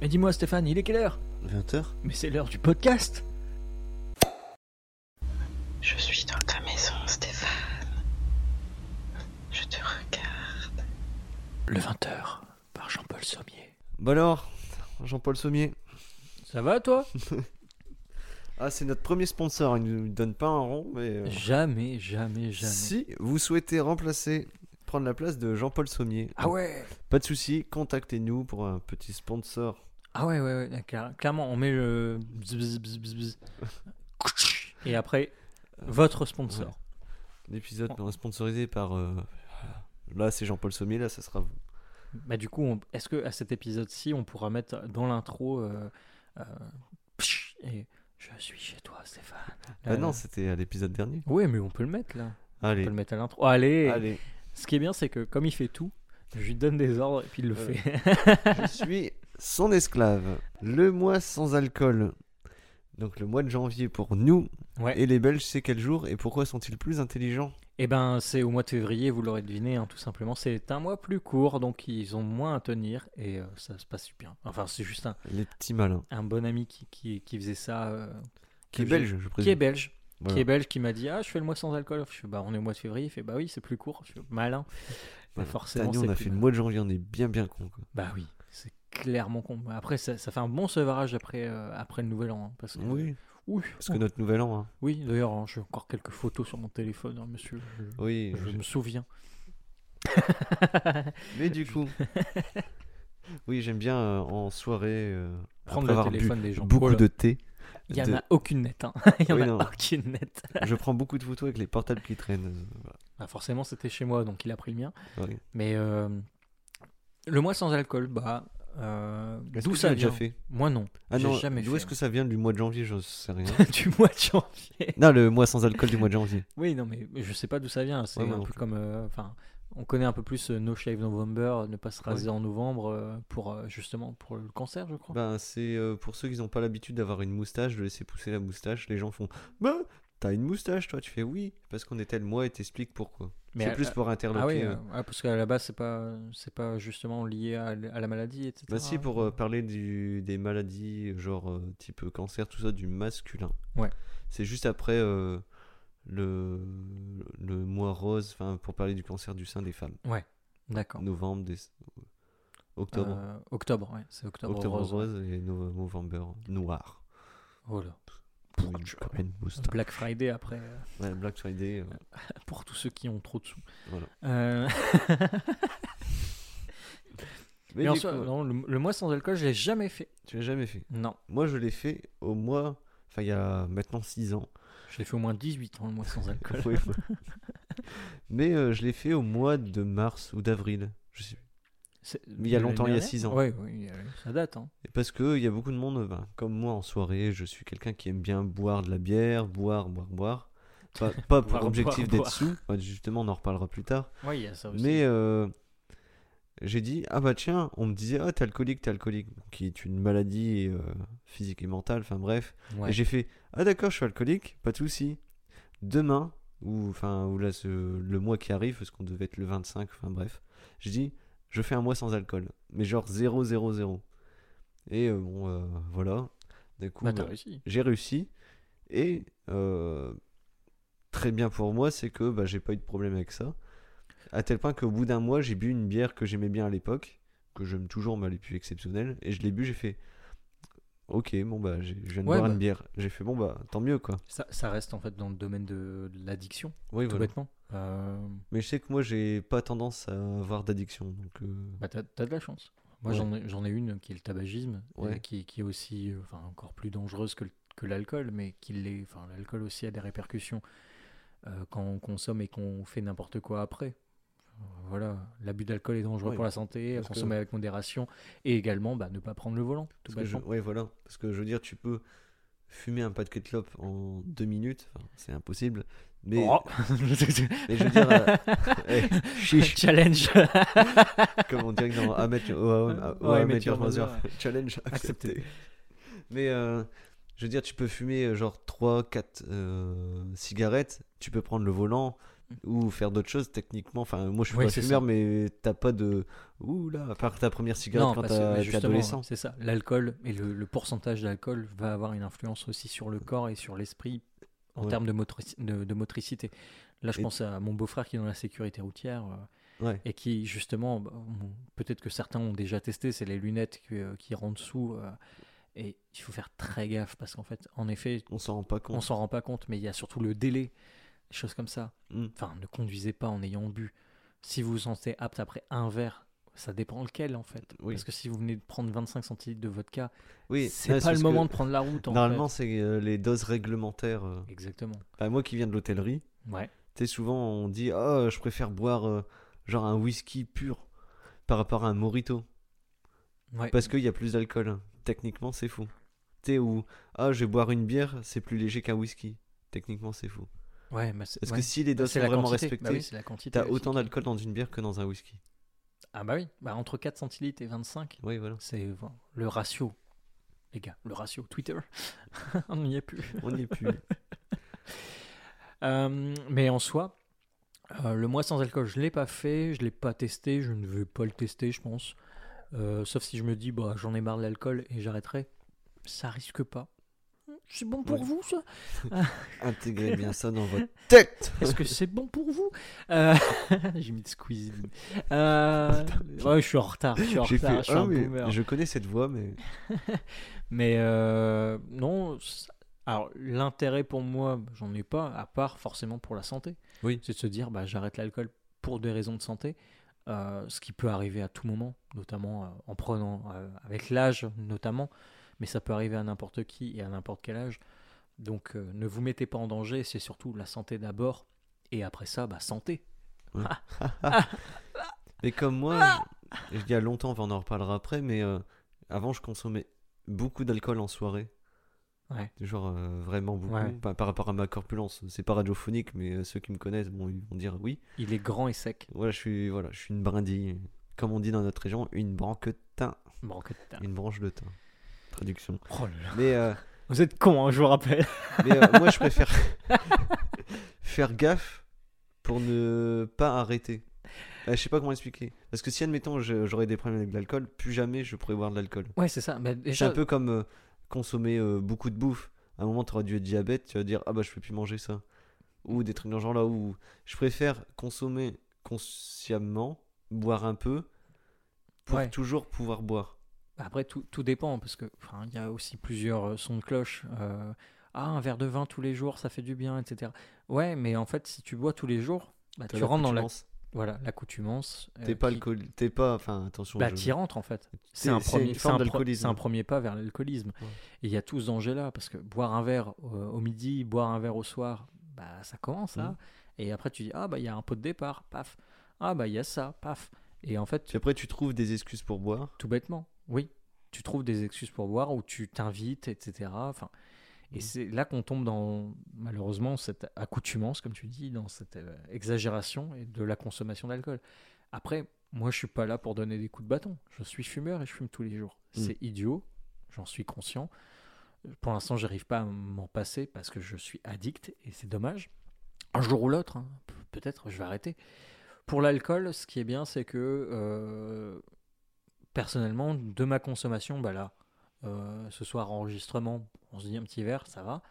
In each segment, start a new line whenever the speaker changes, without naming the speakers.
Mais dis-moi Stéphane, il est quelle heure
20h
Mais c'est l'heure du podcast
Je suis dans ta maison, Stéphane. Je te regarde.
Le 20h, par Jean-Paul Sommier.
Bon alors, Jean-Paul Sommier.
Ça va toi
Ah, c'est notre premier sponsor, il nous donne pas un rond, mais. euh,
Jamais, jamais, jamais.
Si vous souhaitez remplacer, prendre la place de Jean-Paul Sommier,
Ah ouais
pas de souci, contactez-nous pour un petit sponsor.
Ah ouais, ouais, ouais, d'accord. clairement, on met le... bzz, bzz, bzz, bzz, bzz. Et après, votre sponsor.
ouais. L'épisode
Oh.
sponsorisé par. euh, Là, c'est Jean-Paul Sommier, là, ça sera vous.
Bah du coup, on- est-ce que à cet épisode-ci, on pourra mettre dans l'intro euh, euh, psh, et je suis chez toi, Stéphane.
Ah non, c'était à l'épisode dernier.
Oui, mais on peut le mettre là. On
Allez.
peut le mettre à l'intro. Allez.
Allez.
Ce qui est bien, c'est que comme il fait tout, je lui donne des ordres et puis il le
Voilà.
fait.
Je suis son esclave. Le mois sans alcool. Donc le mois de janvier pour nous.
Ouais.
Et les Belges, c'est quel jour et pourquoi sont-ils plus intelligents
Eh ben, c'est au mois de février, vous l'aurez deviné, hein, tout simplement. C'est un mois plus court, donc ils ont moins à tenir et euh, ça se passe bien. Enfin, c'est juste un,
Les petits malins.
un bon ami qui, qui, qui faisait ça, euh,
Qui est
j'ai-
belge, je
qui est
présume.
belge, qui
Voilà.
est belge, qui m'a dit ah je fais le mois sans alcool. Je fais bah on est au mois de février. Il fait bah oui c'est plus court. Je fais malin.
Voilà. Cette
Forcément.
année, on
c'est
a
plus
fait le
malin.
mois de janvier, on est bien bien con. Quoi.
Bah oui, c'est clairement con. Après ça, ça fait un bon sevrage après euh, après le nouvel an hein, parce que
Oui,
Ouh,
parce que notre nouvel an. hein.
Oui, d'ailleurs, hein, j'ai encore quelques photos sur mon téléphone, hein, monsieur. Je,
Oui.
je
je-
me souviens.
Mais du coup. oui, j'aime bien euh, en soirée euh,
Prendre
après avoir
le
bu
téléphone des gens.
beaucoup
Voilà.
de thé.
Il n'y en
de-
a aucune nette. hein. Il n'y en
Oui,
a
non.
aucune nette.
Je prends beaucoup de photos avec les portables qui traînent.
Bah, forcément, c'était chez moi, donc il a pris le mien.
Ouais.
Mais euh, le mois sans alcool, bah. euh,
Est-ce que
D'où
tu
ça
l'as
vient
déjà fait
Moi, non.
Ah
J'ai
non,
jamais
d'où
fait, hein.
est-ce que ça vient du mois de janvier Je sais rien.
du mois de janvier.
non, le mois sans alcool du mois de janvier.
Oui, non, mais je sais pas d'où ça vient. C'est
Ouais, moi
un
non
peu
plus.
comme. euh, Enfin, on connaît un peu plus euh, No Shave November, ne pas se raser en novembre euh, pour euh, justement pour le cancer, je crois.
Ben, c'est euh, pour ceux qui n'ont pas l'habitude d'avoir une moustache, de laisser pousser la moustache. Les gens font Bah, t'as une moustache toi Tu fais oui, parce qu'on est tel mois et t'expliques pourquoi.
Mais,
C'est
euh,
plus pour interloquer.
Ah oui,
euh,
euh, ah, parce qu'à la base, c'est pas, c'est pas justement lié à, l- à la maladie, etc.
Bah si, pour euh, parler du, des maladies, euh, genre euh, type cancer, tout ça, du masculin.
Ouais.
C'est juste après euh, le, le mois rose, enfin, pour parler du cancer du sein des femmes.
D'accord.
Novembre, déce- octobre.
Oh. Euh, octobre, ouais, c'est octobre,
octobre
rose.
rose, et no- novembre noir.
Oh là.
Pour
Pff,
une
tu-
Common Booster.
Black Friday après, euh,
Ouais, Black Friday. euh,
pour tous ceux qui ont trop de sous.
Voilà.
Euh,
Mais
mais en
du
soi,
coup,
non, le, le mois sans alcool, je l'ai jamais fait.
tu l'as jamais fait.
Non,
Moi, je l'ai fait au mois... Enfin, il y a maintenant 6 ans.
je l'ai fait au moins 18 ans, le mois sans alcool.
Oui. Mais euh, je l'ai fait au mois de mars ou d'avril. Je sais
C'est-
Mais il y a
de
longtemps, il y a
l'année
six ans.
dernière Ouais, oui, euh, ça date. hein.
Et Parce qu'il y a beaucoup de monde, euh, ben, comme moi en soirée, je suis quelqu'un qui aime bien boire de la bière, boire, boire, boire. Pas, pas pour
Boire,
objectif
boire,
d'être
boire.
sous, enfin, justement on en reparlera plus tard.
Ouais, il y a ça aussi.
Mais euh, j'ai dit, ah bah tiens, on me disait, ah t'es alcoolique, t'es alcoolique, qui est une maladie euh, physique et mentale, enfin bref.
Ouais.
Et j'ai fait, ah d'accord, je suis alcoolique, pas de souci. Demain, ou enfin, ou là, ce- le mois qui arrive, parce qu'on devait être le 25, enfin bref, j'ai dit, je fais un mois sans alcool, mais genre 0, 0, 0. Et euh, bon, euh, voilà. Du coup,
Bah, t'as
bah,
réussi.
j'ai réussi. Et euh, très bien pour moi, c'est que bah, j'ai pas eu de problème avec ça. À tel point qu'au bout d'un mois, j'ai bu une bière que j'aimais bien à l'époque, que j'aime toujours, mais elle est plus exceptionnelle. Et je l'ai bu, j'ai fait. Ok, bon bah, j'ai- je viens de
Ouais,
boire
bah.
une bière. J'ai fait bon bah, tant mieux quoi.
Ça, ça reste en fait dans le domaine de l'addiction,
Oui,
tout
voilà.
bêtement. Euh,
Mais je sais que moi, j'ai pas tendance à avoir d'addiction, donc euh,
Bah, t'as, t'as de la chance. Moi,
Ouais.
j'en, ai, j'en ai une qui est le tabagisme,
Ouais.
et qui, qui est aussi euh, enfin, encore plus dangereuse que, le- que l'alcool, mais qui l'est. Enfin, l'alcool aussi a des répercussions euh, quand on consomme et qu'on fait n'importe quoi après. Euh, Voilà, l'abus d'alcool est dangereux
Ouais.
pour la santé, à
Parce que-
consommer avec modération, et également bah, ne pas prendre le volant. Tout
parce que je-
bêtement.
ouais, voilà. Parce que je veux dire, tu peux fumer un paquet de clopes en deux minutes, Enfin, c'est impossible. Mais,
Oh
mais je veux dire, euh, eh, chiche.
Challenge
Comme on dirait que dans Ahmed,
Ouais, Met Your
Mother,
Mother.
challenge
Accepté.
accepté. Mais euh, euh, je veux dire, tu peux fumer euh, genre 3, 4 cigarettes, tu peux prendre le volant, ou faire d'autres choses techniquement. Enfin, moi je suis
Oui,
pas
Mm. c'est
fumeur,
ça.
mais t'as pas de. Ouh là, à part ta première cigarette
Non,
quand
parce que,
t'as-
mais
t'es
justement,
adolescent.
C'est ça. L'alcool et le, le pourcentage d'alcool va avoir une influence aussi sur le corps et sur l'esprit en
Ouais.
termes de, motrici- de- de motricité. Là, je
Et-
pense à mon beau-frère qui est dans la sécurité routière euh,
Ouais.
et qui, justement, bah, on- peut-être que certains ont déjà testé, c'est les lunettes que- euh, qui rendent sous. euh, et il faut faire très gaffe parce qu'en fait, en effet,
On s'en rend pas
on
compte.
s'en rend pas compte, mais il y a surtout le délai, des choses comme ça.
Mm.
Enfin, ne conduisez pas en ayant bu. Si vous vous sentez apte après un verre, ça dépend lequel en fait.
Oui.
Parce que si vous venez de prendre 25 centilitres de vodka,
Oui,
c'est
non,
pas
parce
le
que
moment de prendre la route. En
Normalement, c'est euh, les doses réglementaires. euh.
fait. Exactement.
Enfin, moi qui viens de l'hôtellerie,
Ouais.
Tu sais, souvent on dit Ah, je préfère boire euh, genre un whisky pur par rapport à un morito
Ouais.
parce qu'il y a plus d'alcool. Techniquement, c'est faux. Tu sais, ou Ah, je vais boire une bière, c'est plus léger qu'un whisky. Techniquement, c'est faux.
Ouais, mais c'est
Parce
ouais.
que si les doses
C'est
sont
la
vraiment
quantité. Bah
respectées,
oui, c'est la quantité.
t'as
aussi.
autant d'alcool dans une bière que dans un whisky.
Ah bah oui. Bah, entre 4 centilitres et 25,
Oui, voilà.
c'est voilà, le ratio. Les gars, le ratio Twitter, on n'y est plus.
On n'y est plus.
Euh, mais en soi, euh, le mois sans alcool, je l'ai pas fait, je l'ai pas testé, je ne vais pas le tester, je pense. Euh, sauf si je me dis, bah, j'en ai marre de l'alcool et j'arrêterai. Ça risque pas. C'est bon pour
Ouais.
vous, ça
Intégrez bien ça dans votre tête.
Est-ce que c'est bon pour vous Euh, J'ai mis de squeeze. Euh, ouais, je suis en retard, je suis en
J'ai
retard, je
fait
suis
Ah,
un
mais
boomer.
Je connais cette voix, mais
Mais euh, non, c- alors l'intérêt pour moi, j'en ai pas, à part forcément pour la santé.
Oui.
C'est de se dire, bah, j'arrête l'alcool pour des raisons de santé, euh, ce qui peut arriver à tout moment, notamment euh, en prenant, euh, avec l'âge notamment, mais ça peut arriver à n'importe qui et à n'importe quel âge. Donc euh, ne vous mettez pas en danger, c'est surtout la santé d'abord, et après ça, bah, santé.
Mais comme moi, je- il y a longtemps, enfin, on en reparlera après, mais euh, avant, je consommais beaucoup d'alcool en soirée.
Ouais.
Genre euh, vraiment beaucoup.
Ouais.
Par, par rapport à ma corpulence, c'est pas radiophonique, mais euh, ceux qui me connaissent bon, ils vont dire oui.
Il est grand et sec.
Voilà, je suis, voilà, je suis une brindille. Comme on dit dans notre région, une branque de thym.
Bon, que t'as-
Une branche de thym. Traduction.
Oh là là.
Mais, euh,
Vous êtes con, hein, je vous rappelle.
mais, euh, moi, je préfère faire gaffe pour ne pas arrêter. Euh, je sais pas comment expliquer. Parce que si, admettons, je- j'aurais des problèmes avec l'alcool, plus jamais je pourrais boire de l'alcool.
Ouais, c'est ça. Mais
C'est
déjà,
un peu comme euh, consommer euh, beaucoup de bouffe. À un moment, tu auras dû être diabète, tu vas dire Ah bah je peux plus manger ça. Ou des trucs dans le genre là où je préfère consommer consciemment, boire un peu, pour
Ouais.
toujours pouvoir boire.
bah, Après, tout, tout dépend, parce que enfin, il y a aussi plusieurs euh, sons de cloche. euh, ah, un verre de vin tous les jours, ça fait du bien, etc. Ouais, mais en fait, si tu bois tous les jours, bah,
T'as
tu rentres dans la,
l'accoutumance.
voilà, l'accoutumance. euh,
T'es pas
qui-
alcool. T'es pas. Enfin, attention.
Bah,
je-
t'y rentres, en fait. C'est
C'est-
un,
c'est
premier,
une
c'est
forme
un pro-
d'alcoolisme.
c'est un premier pas vers l'alcoolisme.
Ouais.
Et il y a tout ce danger-là, parce que boire un verre euh, au midi, boire un verre au soir, bah, ça commence, là.
Mhm.
Et après, tu dis, ah, bah, il y a un pot de départ, paf. Ah, bah, il y a ça, paf. Et en fait,
Puis après, tu trouves des excuses pour boire.
tout bêtement, oui. Tu trouves des excuses pour boire ou tu t'invites, etc. Enfin, et
Mhm.
c'est là qu'on tombe dans, malheureusement, cette accoutumance, comme tu dis, dans cette euh, exagération et de la consommation d'alcool. Après, moi, je suis pas là pour donner des coups de bâton. Je suis fumeur et je fume tous les jours.
Mhm.
C'est idiot, j'en suis conscient. Pour l'instant, j'arrive pas à m'en passer parce que je suis addict et c'est dommage. Un jour ou l'autre, hein, pe- peut-être, je vais arrêter. Pour l'alcool, ce qui est bien, c'est que euh, personnellement, de ma consommation, bah là, euh, ce soir enregistrement, on se dit un petit verre, ça va.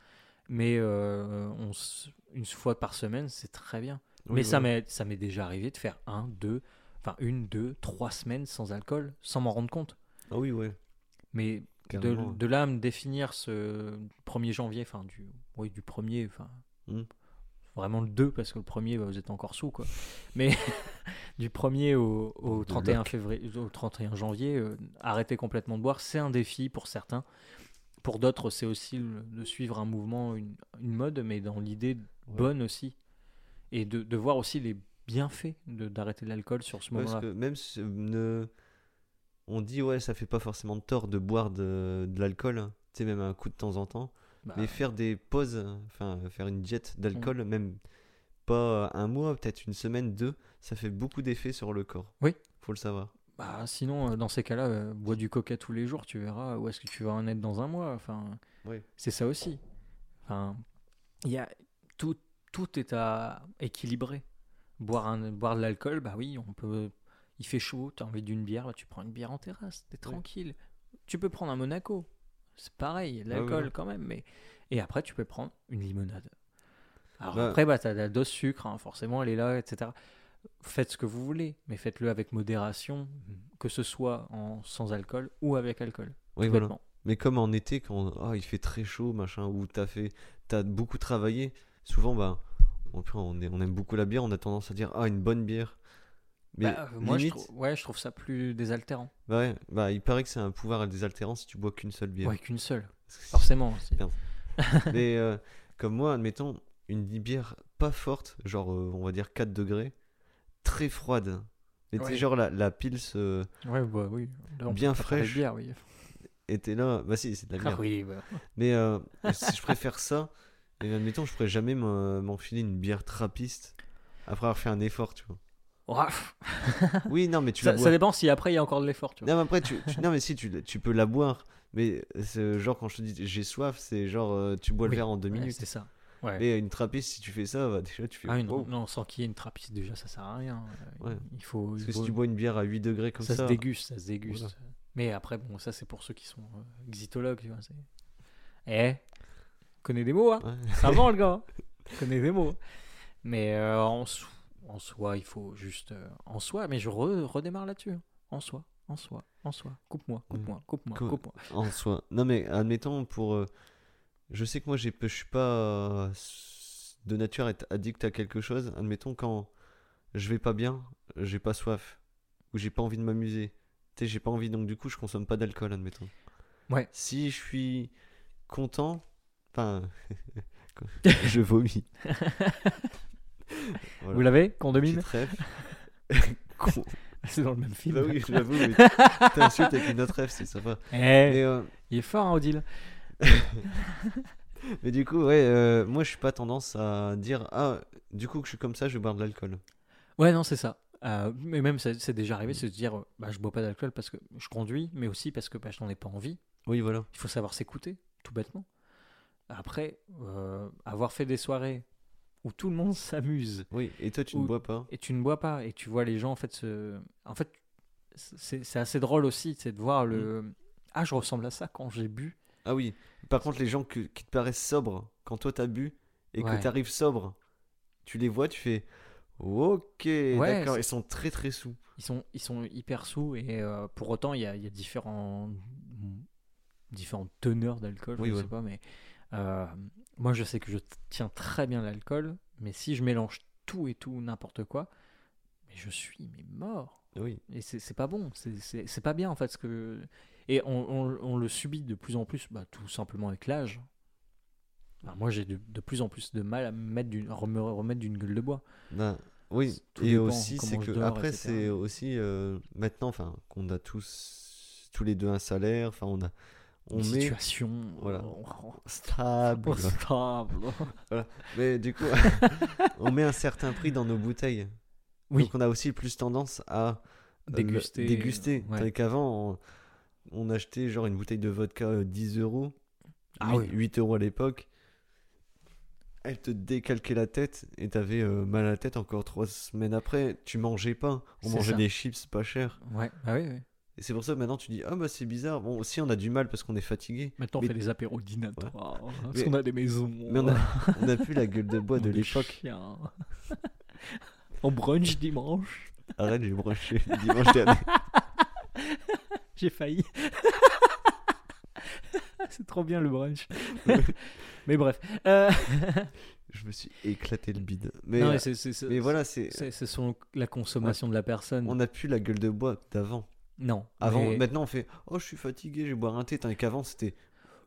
Mais euh, on s- une fois par semaine, c'est très bien.
Oui,
mais ça
voilà.
m'est- ça m'est déjà arrivé de faire un, deux, enfin une, deux, trois semaines sans alcool, sans m'en rendre compte.
Ah oui, ouais.
Mais de,
carrément.
de là à me définir ce 1er janvier, enfin du, oui, du 1er, enfin
Mm.
vraiment le 2 parce que le 1er bah, vous êtes encore sous quoi. Mais du 1er au, au
De
31 février, au 31 janvier, euh, arrêter complètement de boire, c'est un défi pour certains. Pour d'autres, c'est aussi le- de suivre un mouvement, une, une mode, mais dans l'idée
Ouais.
bonne aussi. Et de, de voir aussi les bienfaits de- d'arrêter l'alcool sur ce
Ouais, parce
moment-là.
que même si- ne... on dit ouais, ça fait pas forcément de tort de boire de, de l'alcool. Tu sais, même un coup de temps en temps.
Bah, Mm.
Mais faire des pauses, euh, enfin faire une diète d'alcool, même pas un mois, peut-être une semaine, deux, ça fait beaucoup d'effets sur le corps.
Oui.
Faut le savoir.
Bah, sinon, euh, dans ces cas-là, euh, bois du coca tous les jours, tu verras où est-ce que tu vas en être dans un mois. Enfin,
Oui.
C'est ça aussi. Enfin, il y a, tout, tout est à équilibrer. Boire, un, boire de l'alcool, bah oui, on peut. Il fait chaud, t'as envie d'une bière, bah tu prends une bière en terrasse, t'es tranquille. Tu peux prendre un Monaco, c'est pareil, l'alcool
ouais.
quand même, mais. Et après, tu peux prendre une limonade. Alors
Bah-
après, bah, t'as la dose sucre, hein, forcément, elle est là, etc. Faites ce que vous voulez, mais faites-le avec modération, que ce soit en sans alcool ou avec alcool.
Oui,
tout
voilà.
bêtement.
Mais comme en été, quand ah, il fait très chaud, machin, ou t'as fait, t'as beaucoup travaillé, souvent, bah, on, on, est- on aime beaucoup la bière, on a tendance à dire, ah, une bonne bière. Mais
Bah, euh, moi, je
limite,
trouve- ouais, je trouve ça plus désaltérant.
ouais, bah, il paraît que c'est un pouvoir désaltérant si tu bois qu'une seule bière.
Ouais, qu'une seule,
Parce que si-
forcément. c'est-
Mais euh, comme moi, admettons, une bière pas forte, genre, euh, on va dire 4 degrés, très froide. Mais tu sais,
Ouais.
genre la, la pils euh,
Ouais, bah oui. Là, on
Bien
peut pas parler de
fraîche.
bière, oui.
était là, bah si, c'est de la bière.
Ah oui, bah.
Mais euh, si je préfère ça, et ben, admettons, je pourrais jamais m'en- m'enfiler une bière trapiste après avoir fait un effort, tu vois.
Ouah, Oh, ah, pff,
Oui, non, mais tu la
ça, ça
bois.
dépend si après il y a encore de l'effort. Tu vois.
Non, mais après, tu, tu- non, mais si, tu, la- tu peux la boire. Mais c'est genre, quand je te dis j'ai soif, c'est genre, euh, tu bois
Oui,
le verre en deux
Ouais,
minutes.
c'est ça. Ouais.
Mais une trapiste, si tu fais ça, bah, déjà, tu fais.
Ah oui, non,
wow.
non, sans qu'il y ait une trapiste, déjà, ça sert à rien. Euh,
Ouais.
Il faut.
Parce
il
que si
faut-
tu bois une bière à 8 degrés comme
ça,
ça.
se déguste, ça se déguste.
Voilà.
Mais après, bon, ça, c'est pour ceux qui sont euh, exitologues. Tu vois, c'est- eh, connais des mots, hein
ouais.
Avant le gars. hein. connaît des mots. Mais euh, en, so- en soi, il faut juste. euh, en soi, mais je re- redémarre là-dessus. hein. En soi, en soi, en soi. Coupe-moi,
Mm.
coupe-moi, coupe-moi,
Co-
coupe-moi.
en soi. Non, mais admettons, pour. euh, je sais que moi, j'ai- je suis pas euh, s- de nature à être addict à quelque chose. Admettons, quand je vais pas bien, j'ai pas soif, ou j'ai pas envie de m'amuser. Tu sais, j'ai pas envie, donc du coup, je consomme pas d'alcool, admettons.
Ouais.
Si je suis content, enfin. je vomis. Voilà.
Vous l'avez,
Petite
condomine
ref.
C'est dans le même film.
Bah oui, j'avoue, mais t'insultes avec une autre ref, c'est sympa.
Eh,
Mais, euh,
il est fort, hein, Odile.
Mais du coup, ouais, euh, moi je suis pas tendance à dire ah, du coup que je suis comme ça, je vais boire de l'alcool.
Ouais, non, c'est ça. Euh, mais même, c'est c'est déjà
Mm.
arrivé, c'est de se dire, euh, bah, je bois pas d'alcool parce que je conduis, mais aussi parce que bah, je n'en ai pas envie.
Oui, voilà.
Il faut savoir s'écouter, tout bêtement. Après, euh, avoir fait des soirées où tout le monde s'amuse
Oui, et toi tu
Ou-
ne bois pas.
et tu ne bois pas et tu vois les gens en fait se... En fait, c'est c'est assez drôle aussi, c'est de voir le...
Mm.
Ah, je ressemble à ça quand j'ai bu.
Ah oui. Par contre, les gens que- qui te paraissent sobres quand toi t'as bu et
Ouais.
que t'arrives sobre, tu les vois, tu fais ok, d'accord,
c'est-
ils sont très très sous.
Ils sont, ils sont hyper sous et euh, pour autant, il y a, il y a différents, différentes teneurs d'alcool,
Oui,
je ne
ouais.
sais pas, mais euh, moi je sais que je tiens très bien l'alcool, mais si je mélange tout et tout, n'importe quoi, mais je suis mais mort.
Oui.
Et c'est c'est pas bon, c'est- c'est c'est pas bien en fait. Ce que... Et on, on- on le subit de plus en plus, bah, tout simplement avec l'âge. Enfin, moi j'ai de, de plus en plus de mal à me, mettre d'une- à me remettre d'une gueule de bois.
Ben, oui,
Tout
et
dépend
aussi, c'est
comment je
que
dors,
après,
etc.
c'est aussi euh, maintenant, enfin, qu'on a tous, tous les deux un salaire, enfin, on a, on
Une
est
situation
voilà. Euh,
oh,
stable.
stable.
Mais du coup, on met un certain prix dans nos bouteilles.
Oui.
Donc on a aussi plus tendance à euh,
déguster. euh,
le- déguster.
ouais.
Tandis qu'avant, on, on achetait genre une bouteille de vodka euh, 10 euros,
Ah oui.
8 euros à l'époque. Elle te décalquait la tête et t'avais euh, mal à la tête encore 3 semaines après. Tu mangeais pas. On
C'est
mangeait
ça.
des chips pas chers.
Ouais, bah oui, oui.
Et c'est pour ça que maintenant tu dis Ah bah c'est bizarre. Bon, aussi on a du mal parce qu'on est fatigué.
Maintenant, on
Mais-
fait des apéros dînatoires. Parce
Mais-
qu'on a des maisons.
Mais on a, on a plus la gueule de bois
on
de
est
l'époque.
chiens. on brunch dimanche.
Arrête, j'ai branché dimanche dernier.
J'ai failli. C'est trop bien le brunch. mais bref. Euh,
Je me suis éclaté le bide. Mais,
non,
euh,
mais euh, c'est- c'est- c'est-
mais voilà, c'est
c'est- c'est son- la consommation de la personne.
on a plus la gueule de bois d'avant.
Non.
Avant,
mais-
maintenant on fait "Oh, je suis fatigué, je vais boire un thé." Tandis qu'avant, c'était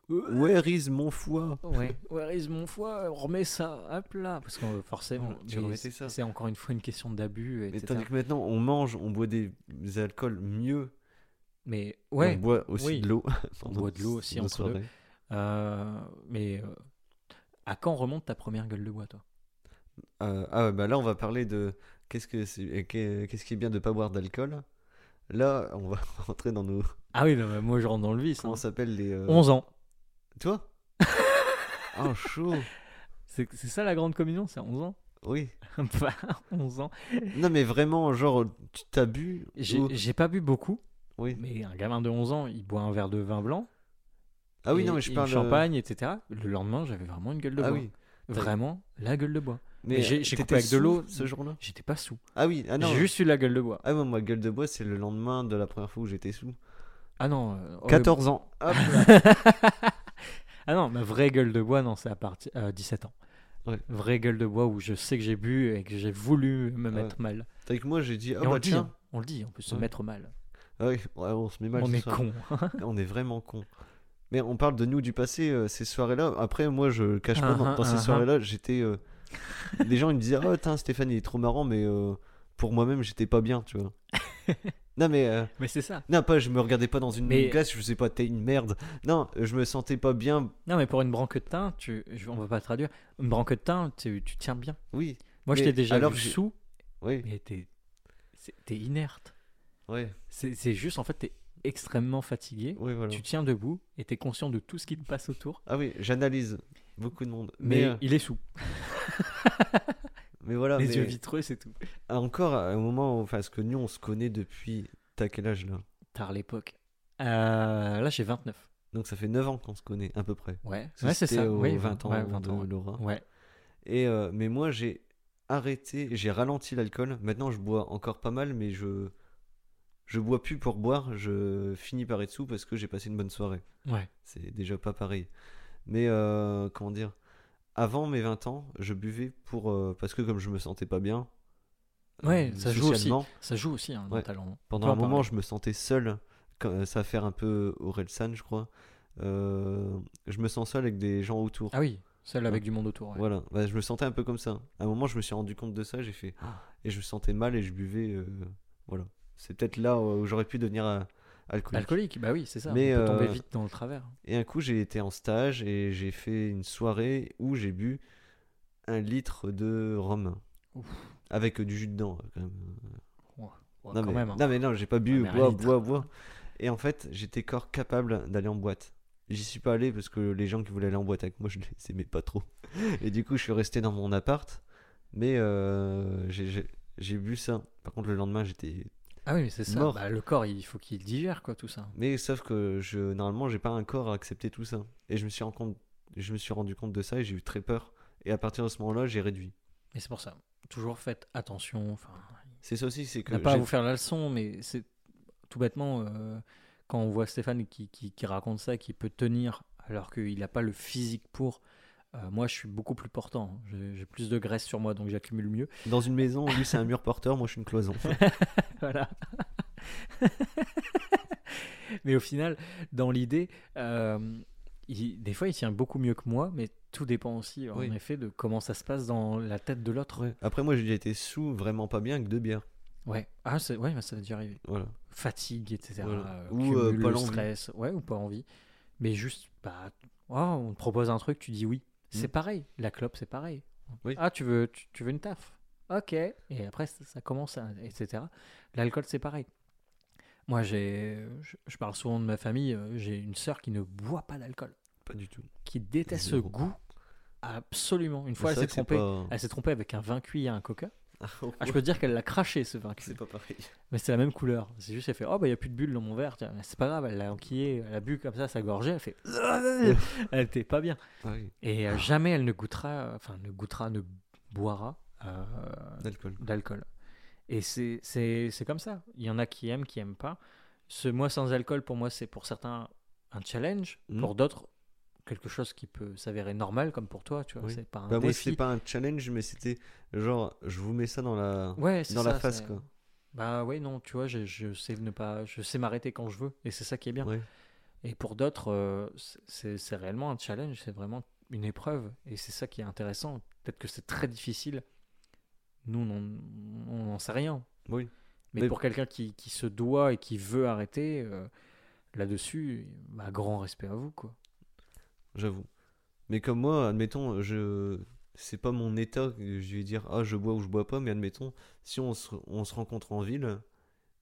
"Where is mon foie
Ouais, where is mon foie Remets ça, hop là. Parce que euh, forcément,
Voilà, tu
mais
remettais
c'est-
ça.
c'est encore une fois une question d'abus,
Mais
etc.
tandis que maintenant, on mange, on boit des, des alcools mieux,
Mais
et
ouais,
on boit aussi
oui.
de l'eau.
on
pendant
boit de l'eau aussi
nos
entre deux.
soirées.
Euh, mais euh, à quand remonte ta première gueule de bois, toi
Euh, ah ouais, bah là, on va parler de qu'est-ce que c'est- euh, qu'est- qu'est-ce qui est bien de pas boire d'alcool. Là, on va rentrer dans nos
Ah oui, non, mais moi je rentre dans le vice. hein.
comment ça s'appelle les euh,
11 ans.
Toi Oh chaud.
C'est c'est ça la grande communion, c'est à 11 ans
Oui.
Bah, 11 ans.
Non, mais vraiment, genre, tu t'as bu
J'ai
ou-
j'ai pas bu beaucoup,
Oui.
mais un gamin de 11 ans, il boit un verre de vin blanc.
Ah oui,
et-
non, mais je
et
parle.
du
euh,
champagne, etc. Le lendemain, j'avais vraiment une gueule de
Ah
bois.
oui.
Vraiment, la gueule de bois.
Mais,
Mais j'ai-
euh,
j'ai coupé
t'étais
avec de
sous
l'eau.
ce jour-là.
J'étais pas sous.
Ah oui, ah non.
J'ai juste eu la gueule de bois.
Ah ouais, moi, gueule de bois, c'est le lendemain de la première fois où j'étais sous.
Ah non. euh, horrible.
14 ans. Hop là.
Ah non, ma vraie gueule de bois, non, c'est à partir euh, 17 ans.
Ouais.
Vraie gueule de bois où je sais que j'ai bu et que j'ai voulu me
Ouais.
mettre mal.
T'as que moi, j'ai dit, ah
Et on
bah
le dit,
tiens.
hein, on le dit, on peut se
Ouais.
mettre mal.
Ah oui, ouais, on se met mal
on
ce
est
soir.
con.
On est vraiment con. Mais on parle de nous du passé, euh, ces soirées-là. Après, moi, je le cache pas, dans,
Ah,
dans ces
ah, ah.
soirées-là, j'étais. euh, les gens, ils me disaient Oh, tain, Stéphane, il est trop marrant, mais euh, pour moi-même, j'étais pas bien, tu vois. non, mais. euh,
Mais c'est ça.
non, pas, je me regardais pas dans une
Mais-
glace, je sais pas, t'es une merde. Non, je me sentais pas bien.
Non, mais pour une branque de thym, tu... je- on va pas traduire. Une branque de thym, tu, tu tiens bien.
Oui,
Moi, je
Mais
t'ai déjà
alors
vu
que j'ai-
sous,
oui,
mais t'es c'est- t'es inerte.
oui,
C'est c'est juste, en fait, t'es extrêmement fatigué.
oui, voilà.
Tu tiens debout et t'es conscient de tout ce qui te passe autour.
Ah oui, j'analyse beaucoup de monde. Mais,
Mais
euh,
il est sous.
mais voilà,
Les
mais
yeux vitreux, c'est tout.
encore à un moment, où- enfin, parce que nous, on se connaît depuis. T'as quel âge là
Tard l'époque. Euh, là, j'ai 29.
Donc ça fait 9 ans qu'on se connaît, à peu près.
Ouais,
Parce que
ouais c'est
c'était
ça.
aux
oui,
20 ans
ouais, 20
de
ans. ouais.
Laura.
Ouais.
Et euh, mais moi j'ai arrêté, j'ai ralenti l'alcool. Maintenant je bois encore pas mal, mais je je bois plus pour boire. Je finis par être sous parce que j'ai passé une bonne soirée.
ouais.
C'est déjà pas pareil. Mais euh, comment dire Avant mes 20 ans, je buvais pour euh, parce que comme je me sentais pas bien. euh,
Ouais, ça joue aussi.
socialement,
Ça joue aussi, hein, dans
Ouais.
ta langue.
Pendant
Toi,
un moment,
pareil.
je me sentais seul. Quand- euh, Ça va faire un peu Orelsan, je crois. Euh, je me sens seul avec des gens autour.
Ah oui, celle avec du monde autour. ouais.
Voilà, Bah, je me sentais un peu comme ça. À un moment, je me suis rendu compte de ça, j'ai fait. Ah Et je me sentais mal et je buvais. euh, Voilà. C'est peut-être là où où j'aurais pu devenir euh, alcoolique.
Alcoolique, bah oui, c'est ça.
Mais,
on peut tomber
euh,
vite dans le travers.
Et un coup, j'ai été en stage et j'ai fait une soirée où j'ai bu un litre de rhum.
Ouf.
Avec euh, du jus dedans, quand même.
Ouais,
non,
quand
mais,
même. hein.
non, mais non, j'ai pas bu,
Ouais, mais un
bois,
litre.
bois, bois. Et en fait, j'étais corps capable d'aller en boîte. J'y suis pas allé parce que les gens qui voulaient aller en boîte avec moi, je les aimais pas trop. Et du coup, je suis resté dans mon appart. Mais euh, j'ai- j'ai j'ai bu ça. Par contre, le lendemain, j'étais.
Ah oui, mais c'est ça.
Mort.
Bah, le corps, il faut qu'il digère quoi, tout ça.
Mais sauf que je, normalement, j'ai pas un corps à accepter tout ça. Et je me suis, rendu compte- je me suis rendu compte de ça et j'ai eu très peur. Et à partir de ce moment-là, j'ai réduit.
Mais c'est pour ça. Toujours faites attention. Enfin,
C'est ça aussi, c'est que.
n'a pas à
j'ai-
vous faire la leçon, mais c'est tout bêtement euh, quand on voit Stéphane qui, qui- qui raconte ça, qui peut tenir alors qu'il n'a pas le physique pour. euh, moi, je suis beaucoup plus portant. J'ai j'ai plus de graisse sur moi, donc j'accumule mieux.
Dans une maison, lui, c'est un mur porteur, moi, je suis une cloison.
voilà. mais au final, dans l'idée, euh, il- des fois, il tient beaucoup mieux que moi, mais tout dépend aussi, en
Oui.
effet, de comment ça se passe dans la tête de l'autre.
Ouais. Après, moi, j'ai déjà été sous, vraiment pas bien, avec deux bières.
Ouais. Ah, c'est- ouais, ça va déjà arriver.
Voilà.
Fatigue, etc.
Voilà.
euh,
Ou, euh,
cumul,
pas
le
l'envie.
stress, ouais, ou pas envie. Mais juste, bah, oh, on te propose un truc, tu dis oui. C'est
Mm.
pareil. La clope, c'est pareil.
Oui.
Ah, tu veux, tu, tu veux une taf Ok. Et après, ça, ça commence, à- etc. L'alcool, c'est pareil. Moi, j'ai, je, je parle souvent de ma famille. euh, J'ai une sœur qui ne boit pas d'alcool,
Pas du tout.
qui déteste ce
Zéro.
goût absolument. Une fois,
Mais
elle
c'est
s'est
vrai que
trompée.
c'est
Elle s'est trompée avec un vin cuit et un coca.
pas-
Ah, je peux te dire qu'elle l'a craché ce vin cuit.
C'est pas pareil.
Mais c'est la même couleur. C'est juste, elle fait Oh, bah, il n'y a plus de bulles dans mon verre. Tiens, mais C'est pas grave, elle l'a enquillé, elle a bu comme ça, ça gorgeait. Elle fait Elle était pas bien.
Ah
Et euh, jamais elle ne goûtera, euh, enfin, ne goûtera, ne boira euh,
D'alcool.
d'alcool. Et c'est- c'est c'est comme ça. Il y en a qui aiment, qui aiment pas. Ce mois sans alcool, pour moi, c'est pour certains un challenge.
Mm.
Pour d'autres, quelque chose qui peut s'avérer normal, comme pour toi. Tu vois,
Oui.
c'est pas un
Bah, moi,
défi.
c'était pas un challenge, mais c'était genre, je vous mets ça dans la,
Ouais, c'est
dans la
ça,
face,
c'est-
quoi.
Bah ouais, non, tu vois, je, je sais ne pas, je sais m'arrêter quand je veux, et c'est ça qui est bien.
Ouais.
Et pour d'autres, euh, c'est- c'est c'est réellement un challenge, c'est vraiment une épreuve, et c'est ça qui est intéressant. Peut-être que c'est très difficile. Nous, on n'en- on n'en sait rien.
Oui.
Mais,
Mais-
pour quelqu'un qui, qui se doit et qui veut arrêter, euh, là-dessus, bah, grand respect à vous, quoi.
J'avoue. Mais comme moi, admettons, je. C'est pas mon état que je vais dire, ah, je bois ou je bois pas, mais admettons, si on se, on se rencontre en ville,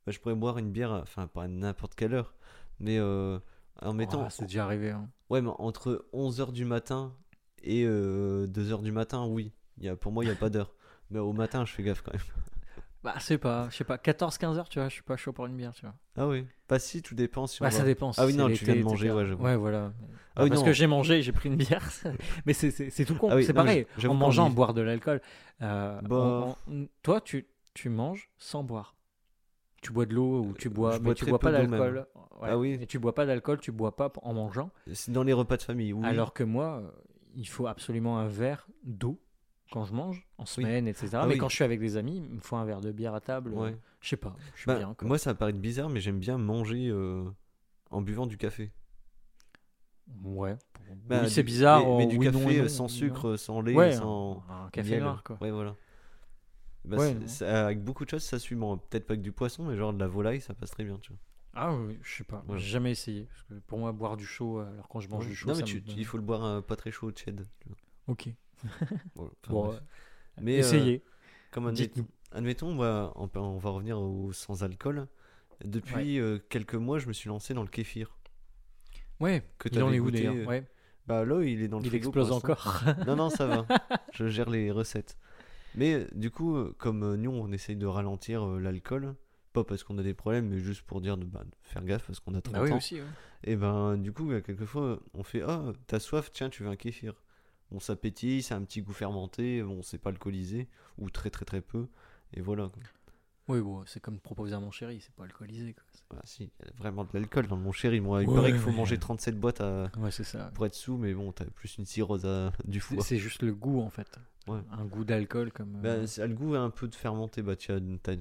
bah, je pourrais boire une bière, à- enfin, pas à n'importe quelle heure, mais euh, en mettant.
Ah, c'est déjà arrivé. hein.
Ouais, mais euh, entre 11h du matin et 2h du matin, oui. Il Y a, pour moi, il n'y a pas d'heure. Mais au matin, je fais gaffe quand même.
Bah, c'est pas, je sais pas, 14-15 heures, tu vois, je suis pas chaud pour une bière, tu vois.
Ah oui. Pas si, tout dépend. Si on
bah,
va-
ça dépend.
Ah oui,
si
non,
c'est
tu viens de
l'été,
manger,
etc.
ouais, j'avoue.
Ouais, voilà.
Ah oui,
parce
non.
que j'ai mangé, j'ai pris une bière. mais c'est- c'est c'est tout con.
Ah oui,
c'est
non, mais
pareil.
j'avoue
En
qu'on
mangeant,
dit-
boire de l'alcool. Euh,
Bah.
on- on- toi, tu, tu manges sans boire. Tu bois de l'eau ou tu bois,
Euh, je
mais
bois
tu
très
bois
peu
pas
d'eau même.
d'alcool. Ouais.
Ah oui.
Et tu bois pas d'alcool, tu bois pas en mangeant.
C'est dans les repas de famille, oui.
Alors que moi, euh, il faut absolument un verre d'eau quand je mange, en semaine, etc.
Ah
mais
oui.
quand je suis avec des amis, il me faut un verre de bière à table.
Ouais.
Je sais pas, je suis
Bah,
bien. quoi.
moi, ça va paraître bizarre, mais j'aime bien manger euh, en buvant du café.
Ouais.
Bah,
oui,
du-
c'est bizarre.
Mais, mais
en-
du
oui,
café
non,
euh,
non,
sans
non.
sucre, sans lait,
Ouais,
sans.
un café
miel.
noir, quoi.
Ouais, voilà. Bah,
Ouais,
c'est-
non.
ça- avec beaucoup de choses, ça suit. bon, Peut-être pas que du poisson, mais genre de la volaille, ça passe très bien, tu vois.
Ah oui, je sais pas,
Ouais.
j'ai jamais essayé. Parce que pour moi, boire du chaud, euh, alors quand je mange
Ouais.
du chaud,
non, mais
ça
tu-
me-
tu- il faut le boire euh, pas très chaud, tiède. tu vois.
Ok,
Voilà. Enfin,
bon,
bref.
euh,
mais euh,
essayez.
comme
Dites-nous.
admettons, admettons, on va, on, peut- on va revenir au sans alcool. Depuis euh, quelques mois, je me suis lancé dans le kéfir.
Ouais,
Que
il en
t'avais
est où
goûté,
d'ailleurs
euh,
ouais.
Bah là, il est dans le
Il
frigo pour
explose
l'instant.
encore.
Non, non, ça va. Je gère les recettes. Mais euh, du coup, euh, comme euh, nous, on essaye de ralentir euh, l'alcool, pas parce qu'on a des problèmes, mais juste pour dire de, bah, de faire gaffe parce qu'on a 30
Ah oui,
ans.
aussi. ouais.
Et ben, du coup, euh, quelquefois, euh, on fait Ah, t'as soif, tiens, tu veux un kéfir. Bon, ça pétille, c'est un petit goût fermenté, bon, c'est pas alcoolisé, ou très très très peu. Et voilà. quoi.
Oui, bon, c'est comme proposer à mon chéri, c'est pas alcoolisé. Quoi.
Ah, si, y a vraiment de l'alcool dans mon chéri. Moi, il
Ouais,
paraît qu'il faut
ouais.
manger 37 boîtes à-
Ouais, c'est ça.
pour être sous, mais bon, t'as plus une cirrhose à- du
C'est-
foie.
C'est juste le goût en fait.
Ouais.
Un goût d'alcool comme. euh,
Bah, ça a le goût un peu de fermenté. Bah, tu as- t'as-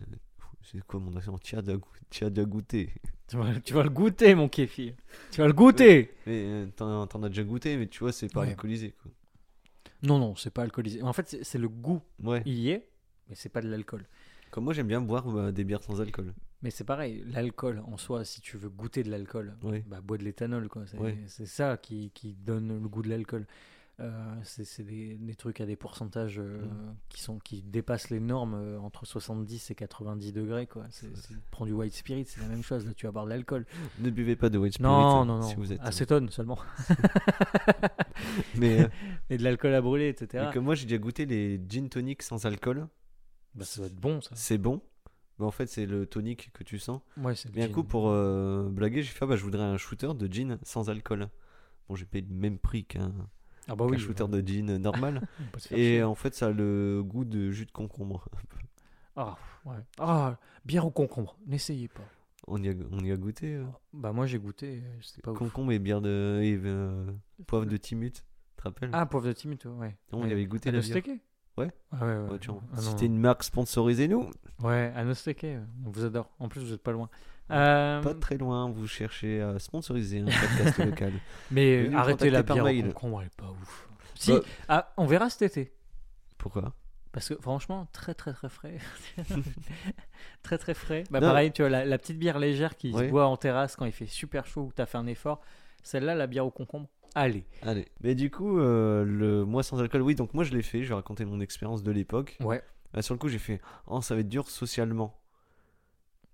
C'est quoi mon accent Tu as déjà goût- tu as déjà goûté.
Tu, vas, tu vas le goûter, mon kéfir. Tu vas le goûter
Mais euh, t'en t'en as déjà goûté, mais tu vois, c'est pas
Ouais.
alcoolisé. Quoi.
Non, non, c'est pas alcoolisé. En fait, c'est c'est le goût.
Ouais.
Il y est, mais c'est pas de l'alcool.
Comme moi, j'aime bien boire bah, des bières sans alcool.
Mais c'est pareil, l'alcool en soi, si tu veux goûter de l'alcool,
Ouais.
bah, bois de l'éthanol, quoi. C'est
Ouais.
c'est ça qui, qui donne le goût de l'alcool. Euh, c'est c'est des, des trucs à des pourcentages euh, qui, sont, qui dépassent les normes euh, entre 70 et 90 degrés, quoi. C'est- c'est- Prends du white spirit, c'est la même chose. Là, tu vas boire de l'alcool.
Euh, Ne buvez pas de white spirit
Non,
euh,
non, Ah, non.
si vous êtes.
Acétone seulement.
mais, euh,
Et de l'alcool à brûler, etc.
mais comme moi, j'ai déjà goûté les gin tonic sans alcool.
Bah, ça doit être bon, ça.
C'est bon. Mais en fait, c'est le tonic que tu sens.
Ouais, c'est le
Mais un
gin.
coup, pour euh, blaguer, j'ai fait ah, bah, je voudrais un shooter de gin sans alcool. Bon, j'ai payé le même prix qu'un
Ah bah
qu'un
oui,
shooter de gin normal.
on peut se faire
Et euh,
chier.
en fait, ça a le goût de jus de concombre.
Ah, ouais. Ah, bière au concombre, n'essayez pas.
On y a, on y a goûté. euh.
Bah moi j'ai goûté, euh, c'était pas ouf.
concombre et bière de. et euh, poivre de Timut. Tu te rappelles
Ah, pauvre de Timut, ouais.
On y
Ouais.
avait goûté la bière.
Anosteke
Ouais.
Ah ouais, ouais.
Ouais, tiens,
Ah
si
non.
t'es une marque, sponsorisez-nous.
Ouais, Anosteke, euh, on vous adore. En plus, vous êtes pas loin. Euh,
Pas très loin, vous cherchez à sponsoriser un podcast local.
Mais
Venez nous
arrêtez la
contacter par
bière au
mail.
concombre, elle est pas ouf. Si,
Bah.
ah, on verra cet été.
Pourquoi
Parce que franchement, très très très frais. très très frais. Bah,
Non.
pareil, tu vois, la, la petite bière légère qui
Ouais.
se boit en terrasse quand il fait super chaud ou que t'as fait un effort, celle-là, la bière au concombre, allez.
Allez. Mais du coup, euh, le mois sans alcool, oui, donc moi je l'ai fait, je vais raconter mon expérience de l'époque.
Ouais.
Bah, sur le coup, j'ai fait Oh, ça va être dur socialement.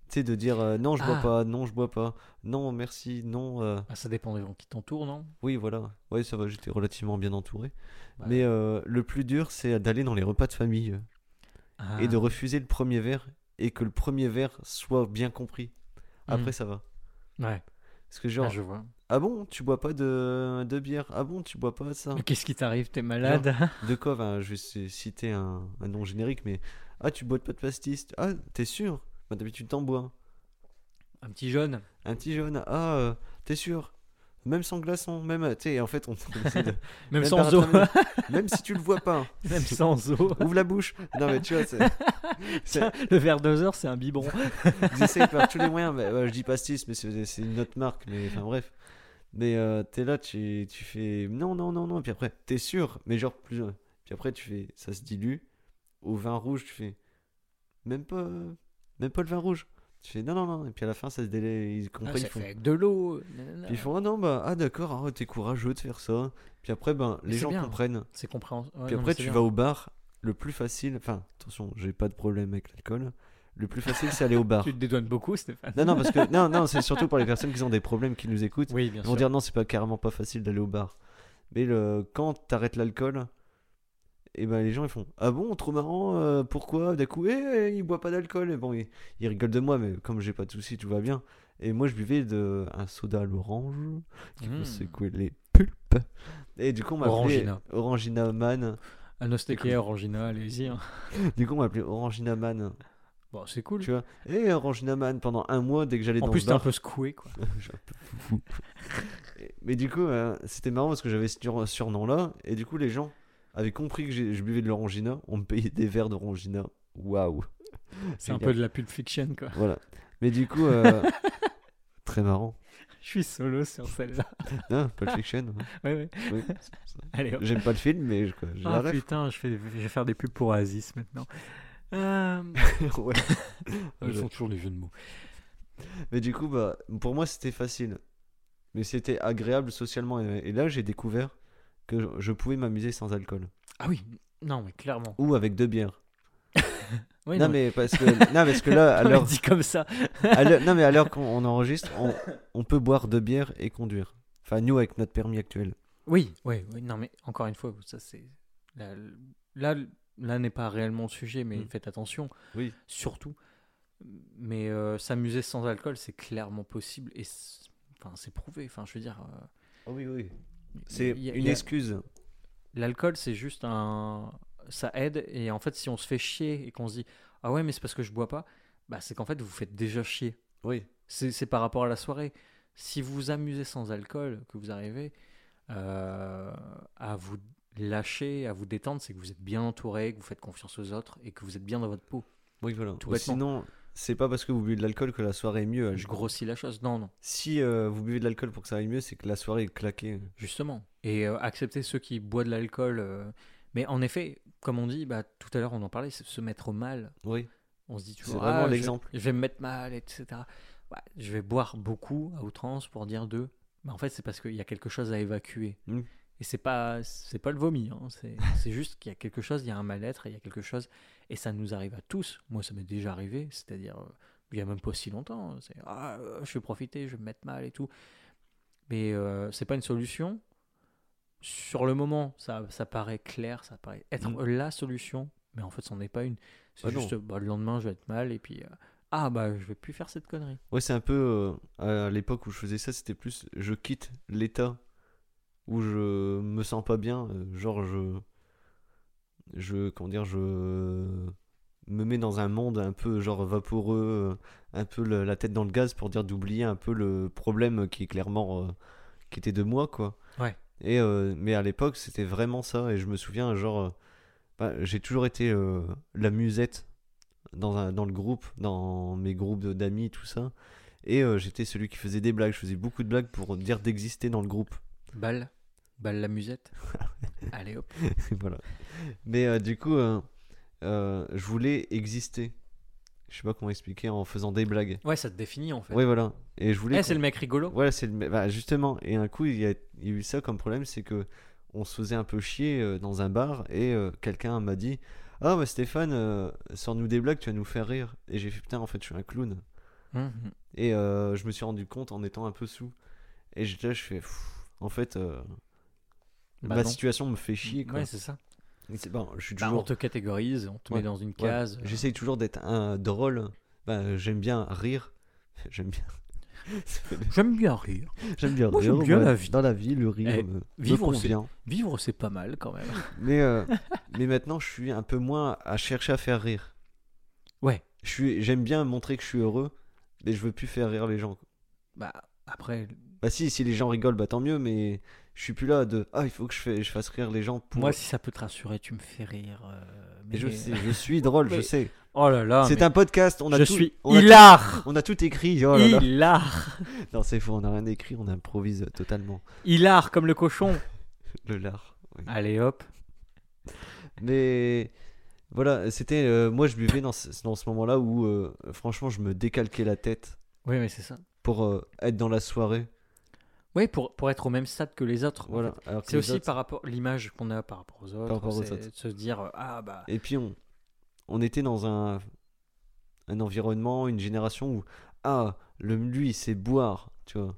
Tu sais, de dire euh, non, je bois
Ah.
pas, non, je bois pas, non, merci, non. euh,
Ah, ça dépend des gens qui t'entourent, non
Oui, voilà. Ouais, ça va, j'étais relativement bien entouré.
Bah,
Mais euh, le plus dur, c'est d'aller dans les repas de famille euh,
Ah.
et de refuser le premier verre et que le premier verre soit bien compris. Après, ça va.
Ouais,
Parce que
Mmh. ah,
genre, ah,
je vois.
bon, tu bois pas de, de bière Ah bon, tu bois pas ça
Mais qu'est-ce qui t'arrive T'es malade
De quoi ben, Je vais c- citer un, un nom générique, mais ah, tu bois pas de pastis Ah, t'es sûr Bah, d'habitude, t'en bois.
Un petit jaune
Un petit jaune, ah, euh, t'es sûr Même sans glaçon, même. euh, Tu sais, en fait, on. on essaie de-
Même,
même
sans
par
eau
internet. même si tu le vois pas.
Même sans eau
Ouvre la bouche. Non, mais tu vois, c'est- c'est-
Le verre deux heures, c'est un biberon.
ils essayent par tous les moyens. Bah, ouais, je dis pastis, mais c'est c'est une autre marque. Mais enfin, bref. Mais euh, t'es là, tu, tu fais non, non, non, non. Puis après, t'es sûr, mais genre plus. euh, Puis après, tu fais ça se dilue. Au vin rouge, tu fais même pas, même pas le vin rouge. Tu fais non, non, non. Et puis à la fin, ça se délai. Ils
Ah,
comprennent.
ça
ils
fait
font,
avec de l'eau. nanana.
puis ils font ah non, bah, ah d'accord, ah, t'es courageux de faire ça. Puis après, ben,
Mais
les
c'est
gens
bien.
comprennent.
C'est compréhensible. Ouais,
Puis
non, mais
après,
c'est
tu
bien.
vas au bar, le plus facile, enfin, attention, j'ai pas de problème avec l'alcool. Le plus facile, c'est aller au bar.
Tu te dédouanes beaucoup, Stéphane.
Non, non, parce que, non, non, c'est surtout pour les personnes qui ont des problèmes qui nous écoutent.
Oui, bien
Ils vont
sûr.
dire non, c'est pas carrément pas facile d'aller au bar. Mais le, quand t'arrêtes l'alcool, et ben les gens ils font ah bon trop marrant euh, pourquoi d'un coup eh, il boit pas d'alcool et bon ils, ils rigolent de moi mais comme j'ai pas de soucis tout va bien et moi je buvais de un soda à l'orange qui me
Mm.
secouait les pulpes Hmm. et du coup on m'a appelé
Orangina.
Orangina Man
Anostéké, Orangina, allez-y. hein.
du coup on m'a appelé Orangina Man
Bon, c'est cool.
tu vois et Orangina Man pendant un mois dès que j'allais dans
En
le
plus, t'es
bar,
un peu secoué, quoi.
J'ai un peu foufou. Et- Mais du coup, euh, c'était marrant parce que j'avais ce sur- surnom-là. Et du coup, les gens avaient compris que j'ai- je buvais de l'orangina. On me payait des verres d'orangina. Waouh.
C'est un
Génial.
peu de la pulp fiction, quoi.
Voilà. Mais du coup, euh, très marrant.
Je suis solo sur celle-là.
Non, Pulp Fiction. hein.
Ouais, ouais.
Oui.
Allez, hop.
J'aime pas le film, mais je- quoi, j'ai
Ah
la ref.
putain, je, fais, je vais faire des pubs pour Oasis maintenant. Euh,
Ouais.
Ils font toujours des jeux de mots.
Mais du coup, bah, pour moi, c'était facile. Mais c'était agréable socialement. Et, et là, j'ai découvert que je- je pouvais m'amuser sans alcool.
Ah oui, non, mais clairement.
Ou avec deux bières.
Oui,
non, mais parce que, non, parce que là,
non,
à
mais
l'heure
dit comme ça.
À l'heure- non, mais à l'heure qu'on on enregistre, on, on peut boire deux bières et conduire. Enfin, nous, avec notre permis actuel.
Oui, oui, oui, non, mais encore une fois, ça c'est. Là, là, là n'est pas réellement le sujet, mais
Mm.
faites attention,
Oui.
surtout. Mais euh, s'amuser sans alcool, c'est clairement possible et c'est enfin, c'est prouvé. Enfin, je veux dire, euh,
Ah oui, oui. C'est
il y a-
une
il y a-
excuse.
l'alcool, c'est juste un. Ça aide, et en fait, si on se fait chier et qu'on se dit Ah ouais, mais c'est parce que je bois pas, bah c'est qu'en fait, vous vous faites déjà chier.
Oui.
C'est c'est par rapport à la soirée. Si vous vous amusez sans alcool, que vous arrivez euh, à vous lâcher, à vous détendre, c'est que vous êtes bien entouré, que vous faites confiance aux autres et que vous êtes bien dans votre peau.
Oui, voilà.
Tout
Ou
bêtement.
sinon, c'est pas parce que vous buvez de l'alcool que la soirée est mieux.
Je grossis la chose. Non, non,
Si euh, vous buvez de l'alcool pour que ça aille mieux, c'est que la soirée est claquée.
justement. Et euh, accepter ceux qui boivent de l'alcool. euh, Mais en effet, comme on dit, bah, tout à l'heure on en parlait, c'est se mettre au mal.
Oui.
On se dit
C'est
toujours,
vraiment
ah, je-
l'exemple.
Je, vais me mettre mal, etc. Bah, je vais boire beaucoup à outrance pour dire deux. Mais en fait, c'est parce qu'il y a quelque chose à évacuer.
Mm.
Et c'est pas, c'est pas le vomi. hein. C'est c'est juste qu'il y a quelque chose, il y a un mal-être, et il y a quelque chose. Et ça nous arrive à tous. Moi, ça m'est déjà arrivé. C'est-à-dire, euh, il y a même pas si longtemps. C'est, ah, euh, je vais profiter, je vais me mettre mal et tout. Mais euh, c'est pas une solution. Sur le moment, ça, ça paraît clair, ça paraît être
Mm.
la solution. Mais en fait, c'en est pas une. C'est
Ah non.
juste, bah, le lendemain, je vais être mal et puis, euh, ah bah, je vais plus faire cette connerie.
Ouais, c'est un peu. euh, à l'époque où je faisais ça, c'était plus je quitte l'état où je me sens pas bien. euh, Genre, je. Je. Comment dire Je me mets dans un monde un peu genre vaporeux, euh, un peu le- la tête dans le gaz pour dire d'oublier un peu le problème qui est clairement. euh, qui était de moi, quoi.
Ouais.
Et, euh, mais à l'époque, c'était vraiment ça. Et je me souviens, genre. euh, bah, j'ai toujours été euh, la musette dans, un- dans le groupe, dans mes groupes de- d'amis, tout ça. Et euh, j'étais celui qui faisait des blagues. Je faisais beaucoup de blagues pour dire d'exister dans le groupe.
Balle, balle la musette. Allez hop.
voilà. Mais euh, du coup, euh, euh, je voulais exister. Je sais pas comment expliquer en faisant des blagues.
Ouais, ça te définit en fait.
Ouais, voilà. Et je voulais.
Eh,
qu'on-
c'est le mec rigolo.
Voilà, c'est le- bah, justement. Et un coup, il y, a... il y a eu ça comme problème, c'est que on se faisait un peu chier euh, dans un bar et euh, quelqu'un m'a dit Ah, bah Stéphane, euh, sors-nous des blagues, tu vas nous faire rire. Et j'ai fait Putain, en fait, je suis un clown.
Mhm.
Et euh, je me suis rendu compte en étant un peu sous. Et j'étais là, je fais. Pff, En fait, euh,
Bah
ma
non.
situation me fait chier. Quoi.
Ouais, c'est ça.
Et c'est- bon, je suis
Bah, on
toujours.
te catégorise, on te
Ouais.
met dans une
Ouais.
case. euh,
J'essaye toujours d'être un drôle. Bah, j'aime bien rire. J'aime bien.
J'aime bien rire.
j'aime bien
Moi,
rire.
j'aime bien
ouais.
la vie.
Dans la vie, le rire
Eh,
me- me,
vivre, c'est-
convient.
Vivre, c'est pas mal quand même.
Mais, euh, mais maintenant, je suis un peu moins à chercher à faire rire.
Ouais.
Je suis- J'aime bien montrer que je suis heureux, mais je veux plus faire rire les gens.
Bah, après,
Bah si, si les gens rigolent, bah tant mieux, mais je suis plus là de ah il faut que je, fais- je fasse rire les gens pour.
moi, si ça peut te rassurer, tu me fais rire. euh,
Mais
mais
je sais, je suis drôle, je
Mais-
sais.
Oh là là.
c'est
mais
un podcast, on a
je
tout.
suis
on a tout-
hilar.
on a tout écrit. oh là là.
Hilar.
Non c'est faux, on n'a rien écrit, on improvise totalement.
Hilar comme le cochon.
Le lard. oui.
Allez hop.
Mais voilà, c'était euh, moi je buvais dans ce, dans ce moment-là où euh, franchement je me décalquais la tête
Oui, mais c'est ça.
pour euh, être dans la soirée.
Oui, pour, pour être au même stade que les autres. en
Voilà.
fait.
alors que
C'est
les
aussi
autres-
par rapport l'image qu'on a par rapport aux autres.
rapport aux
c'est
autres.
De se dire euh, ah bah
Et puis on, on était dans un, un environnement, une génération où ah le lui c'est boire, tu vois.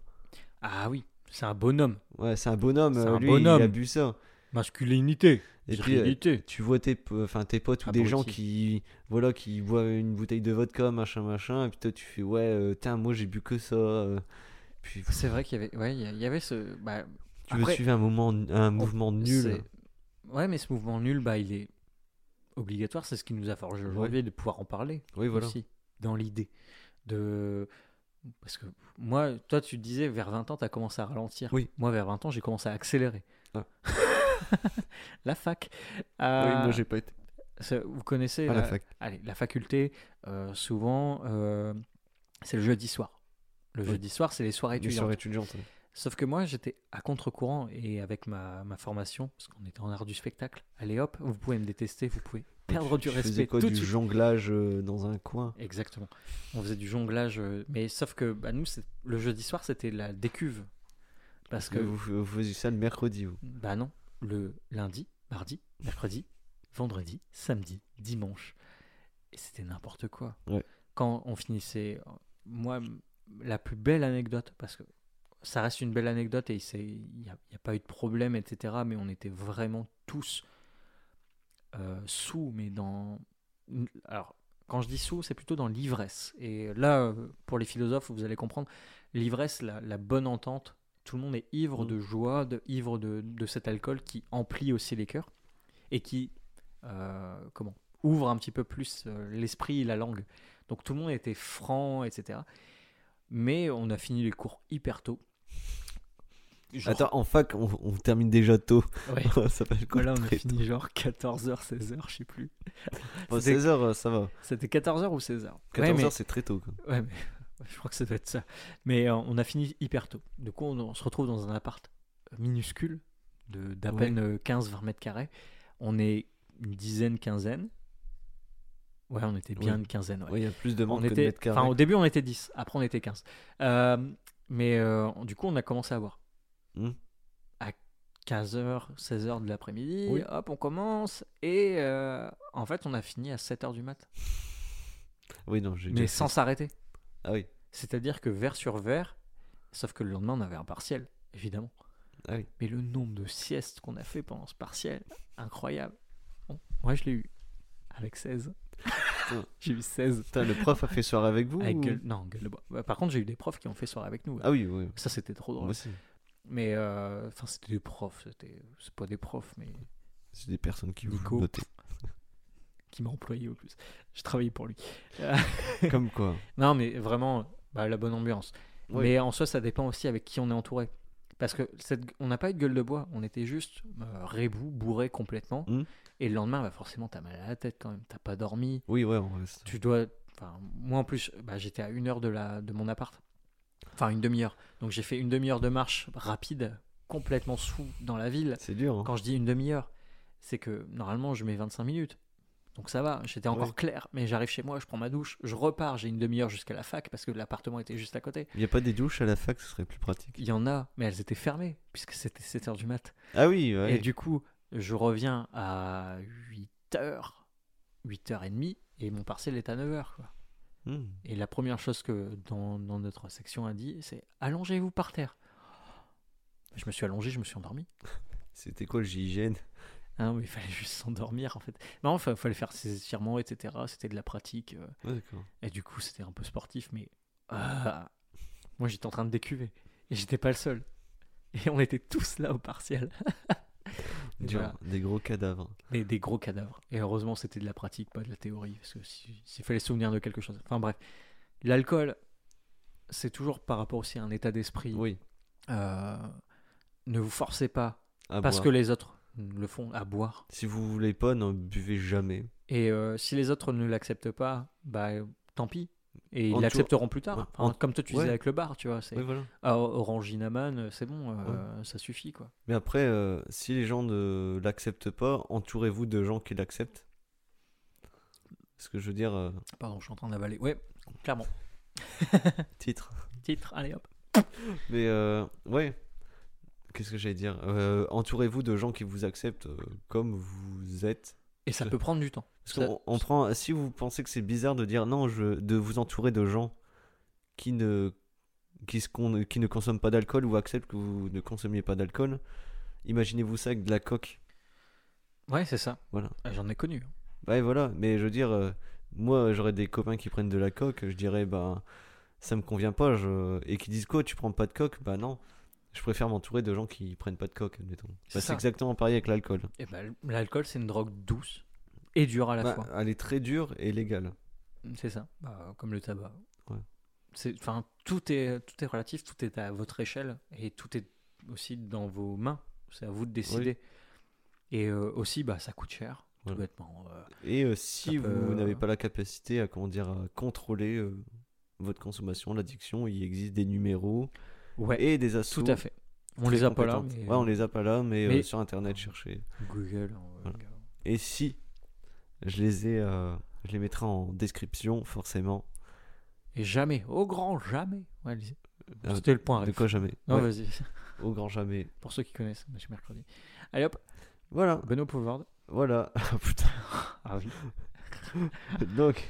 ah oui c'est un bonhomme
Ouais, c'est un bonhomme,
C'est
euh,
un
lui il
bonhomme.
a bu ça.
masculinité.
Et puis, euh,
Virilité.
tu vois tes, po- enfin, tes potes ou
Ah,
des gens
Abruti.
qui, voilà, qui boivent une bouteille de vodka, machin, machin, et puis toi, tu fais, ouais, euh, tiens, moi, j'ai bu que ça. euh. Puis,
C'est vrai qu'il y avait, ouais, il y a- il y avait ce. bah,
tu veux
après,
suivre un, moment, un mouvement nul.
c'est- Ouais, mais ce mouvement nul, bah, il est obligatoire. C'est ce qui nous a forgé aujourd'hui de pouvoir en parler
Oui, voilà.
aussi, dans l'idée. De... Parce que moi, toi, tu te disais, vers 20 ans, tu as commencé à ralentir.
Oui.
Moi, vers 20 ans, j'ai commencé à accélérer.
Ah.
la fac. Euh,
Oui, moi, j'ai pas été
ça- Vous connaissez
à la
la-
fac.
allez, la faculté, euh, souvent, euh, c'est le jeudi soir. Le
Oui.
jeudi soir, c'est les soirées
Une
étudiantes.
soirée étudiante. ouais.
Sauf que moi, j'étais à contre-courant et avec ma, ma formation, parce qu'on était en art du spectacle, allez hop, vous pouvez me détester, vous pouvez perdre
Tu
du
faisais
respect
quoi,
tout
du
de suite.
jonglage euh, dans un coin
Exactement. On faisait du jonglage, euh, mais sauf que bah, nous, c'est- le jeudi soir, c'était la décuve. Parce que,
vous, vous faisiez ça le mercredi, vous.
bah non, le lundi, mardi, mercredi, vendredi, samedi, dimanche. Et c'était n'importe quoi.
Ouais.
Quand on finissait, moi, la plus belle anecdote, parce que ça reste une belle anecdote et il n'y a, il y a pas eu de problème, etc. Mais on était vraiment tous euh, sous, mais dans. Alors, quand je dis sous, c'est plutôt dans l'ivresse. Et là, euh, pour les philosophes, vous allez comprendre, l'ivresse, la, la bonne entente, tout le monde est ivre
Mm.
de joie, de, ivre de, de cet alcool qui emplit aussi les cœurs et qui. euh, comment ouvre un petit peu plus euh, l'esprit et la langue. Donc tout le monde était franc, etc. Mais on a fini les cours hyper tôt. Genre-
Attends, en fac, on, on termine déjà tôt.
Ouais.
ça va être cool.
Voilà, on a
Très
fini genre 14h, 16h, je sais plus.
Bon,
C'était-
16h, euh, ça va.
C'était 14h ou 16h
14h,
ouais, mais,
c'est très tôt. quoi.
ouais, mais- je crois que ça doit être ça. Mais euh, on a fini hyper tôt. Du coup, on, on se retrouve dans un appart euh, minuscule de- d'à
Ouais.
peine euh, 15-20 mètres carrés. On est une dizaine, quinzaine. Ouais, on était bien
Ouais.
une quinzaine. ouais.
Ouais, Il y a plus de monde
On
que de
était,
mètres carrés.
enfin, au début, on était 10. Après, on était 15. Euh, mais euh, du coup, on a commencé à boire.
Hmm.
À 15h, 16h de l'après-midi,
Oui.
hop, on commence. Et euh, en fait, on a fini à 7h du mat.
Oui, non, j'ai
Mais
déjà fait
sans s'arrêter.
ça. Ah oui.
C'est-à-dire que verre sur verre, sauf que le lendemain, on avait un partiel, évidemment.
Ah oui.
Mais le nombre de siestes qu'on a fait pendant ce partiel, incroyable. Bon, moi, je l'ai eu avec 16.
Putain.
J'ai eu 16.
Putain, le prof a fait soirée avec vous
Avec
ou-
gueule- Non, gueule de bois. Bah, Par contre, j'ai eu des profs qui ont fait soirée avec nous.
Ah oui, oui.
Ça, c'était trop
Moi
drôle.
aussi.
Mais, euh, enfin, c'était des profs. C'était... C'est pas des profs, mais
C'est des personnes qui vous
Nico.
notent.
qui m'a employé au plus. Je travaillais pour lui.
Comme quoi.
Non, mais vraiment, bah, la bonne ambiance.
Oui.
Mais en soi, ça dépend aussi avec qui on est entouré. Parce que cette... on n'a pas eu de gueule de bois. On était juste euh, rébou, bourré complètement.
Mm.
Et le lendemain, bah, forcément, t'as mal à la tête quand même. T'as pas dormi.
Oui, ouais, on reste.
Tu dois. Enfin, moi, en plus, bah, j'étais à une heure de, la... de mon appart. Enfin, une demi-heure. Donc, j'ai fait une demi-heure de marche rapide, complètement sous dans la ville.
C'est dur. hein.
Quand je dis une demi-heure, c'est que normalement je mets 25 minutes. Donc ça va, j'étais encore
Ouais.
clair, mais j'arrive chez moi, je prends ma douche, je repars, j'ai une demi-heure jusqu'à la fac parce que l'appartement était juste à côté.
Il n'y a pas des douches à la fac, ce serait plus pratique.
Il y en a, mais elles étaient fermées puisque c'était 7h du mat.
Ah oui,
Et
ouais.
du coup, je reviens à 8h, 8h30 et mon partiel est à 9h. quoi.
Hmm.
Et la première chose que dans, dans notre section a dit, c'est allongez-vous par terre. Je me suis allongé, je me suis endormi.
C'était quoi le GIGN
Hein, mais il fallait juste s'endormir en fait. Non, il fallait faire ses étirements, etc. C'était de la pratique. euh,
Ouais, d'accord.
Et du coup, c'était un peu sportif, mais. ah, moi, j'étais en train de décuver. Et j'étais pas le seul. Et on était tous là au partiel. Et bah-
Dur,
voilà.
Des gros cadavres.
Des, des gros cadavres. Et heureusement, c'était de la pratique, pas de la théorie. Parce que si- s'il fallait se souvenir de quelque chose. Enfin bref. L'alcool, c'est toujours par rapport aussi à un état d'esprit.
Oui.
Euh, ne vous forcez pas,
à
parce que
boire.
les autres le font, à boire.
Si vous voulez pas, n'en buvez jamais.
Et euh, si les autres ne l'acceptent pas, bah euh, tant pis. Et
En
ils
tout-
l'accepteront plus tard.
ouais,
Enfin,
en-
Comme toi, tu
ouais.
disais avec le bar, tu vois. C'est
Oui, voilà.
ah, Orangina Man, c'est bon, euh, ça suffit, quoi.
Mais après, euh, si les gens ne l'acceptent pas, entourez-vous de gens qui l'acceptent. Ce que je veux dire, euh,
Pardon, je suis en train d'avaler. Ouais, clairement.
titre.
Titre, allez hop.
Mais euh, ouais, qu'est-ce que j'allais dire Euh, Entourez-vous de gens qui vous acceptent euh, comme vous êtes.
Et ça
Ça-
peut prendre du temps.
Parce
Ça-
qu'on on prend. Si vous pensez que c'est bizarre de dire non, je, de vous entourer de gens qui ne qui, se con- qui ne consomment pas d'alcool ou acceptent que vous ne consommiez pas d'alcool, imaginez-vous ça avec de la coque.
Ouais, c'est ça.
Voilà.
Ah, J'en ai connu.
Bah et voilà, mais je veux dire, euh, moi j'aurais des copains qui prennent de la coque, je dirais bah ça me convient pas, je... et qui disent quoi, tu prends pas de coque, bah non, je préfère m'entourer de gens qui prennent pas de coque, admettons.
C'est ça.
Bah, c'est exactement pareil avec l'alcool.
Et ben, l'alcool, c'est une drogue douce et dure à la
Bah,
fois.
elle est très dure et légale.
C'est ça. Bah, comme le tabac.
Ouais.
C'est, enfin, tout est, tout est relatif, tout est à votre échelle et tout est aussi dans vos mains. C'est à vous de décider. Et euh, aussi, bah, ça coûte cher, tout
Voilà.
bêtement. Euh,
Et euh, si
Ça
vous
peut-
n'avez pas la capacité à comment dire à contrôler euh, votre consommation, l'addiction, il existe des numéros
ouais,
et des assos.
tout à fait. On
très
les a pas là.
compétentes.
mais-
Ouais, on les a pas là, mais, euh,
mais-
sur internet chercher.
Google. on-
Voilà. Et si je les ai, euh, je les mettrai en description forcément.
Et jamais, au grand jamais. Ouais, allez-y.
Euh,
C'était le point.
De
Arif.
quoi jamais.
Non,
Ouais,
vas-y.
Au grand jamais.
Pour ceux qui connaissent, Monsieur Mercredi. Allez hop,
Voilà,
Benoît Poulvord.
voilà. Ah, putain.
Ah oui.
Donc.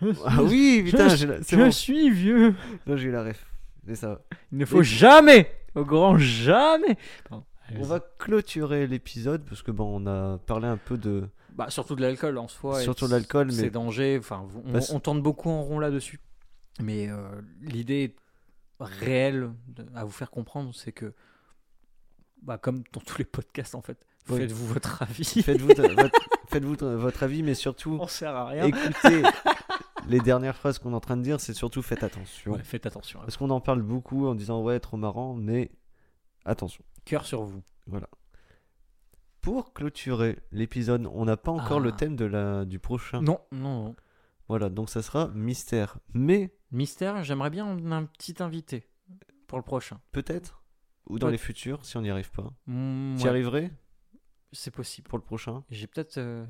Ah oui, putain, j'ai la... c'est
Je
bon.
suis vieux.
Non, j'ai eu la ref. C'est ça.
Il ne
faut
faut jamais, au grand jamais.
On va clôturer l'épisode parce que bon, on a parlé un peu de.
Bah, surtout de l'alcool en soi. et
Surtout de l'alcool, mais-
Ses dangers. Enfin, on,
Parce-
on tourne beaucoup en rond là-dessus. Mais euh, l'idée réelle de- à vous faire comprendre, c'est que, bah, comme dans tous les podcasts en fait,
Oui.
faites-vous votre avis.
Faites-vous ta- votre... Faites-vous ta- votre avis, mais surtout
On sert à rien.
écoutez les dernières phrases qu'on est en train de dire. C'est surtout faites attention.
Ouais, faites attention. hein.
Parce qu'on en parle beaucoup en disant ouais, trop marrant, mais attention.
Cœur sur vous.
Pour clôturer l'épisode, on n'a pas encore
Ah.
le thème de la... du prochain.
Non, non, non.
Voilà, donc ça sera mystère. Mais
Mystère, j'aimerais bien un petit invité pour le prochain.
peut-être, ou dans
Ouais.
les futurs, si on n'y arrive pas.
Mm,
T'y
ouais,
arriverais
c'est possible.
pour le prochain
J'ai peut-être euh,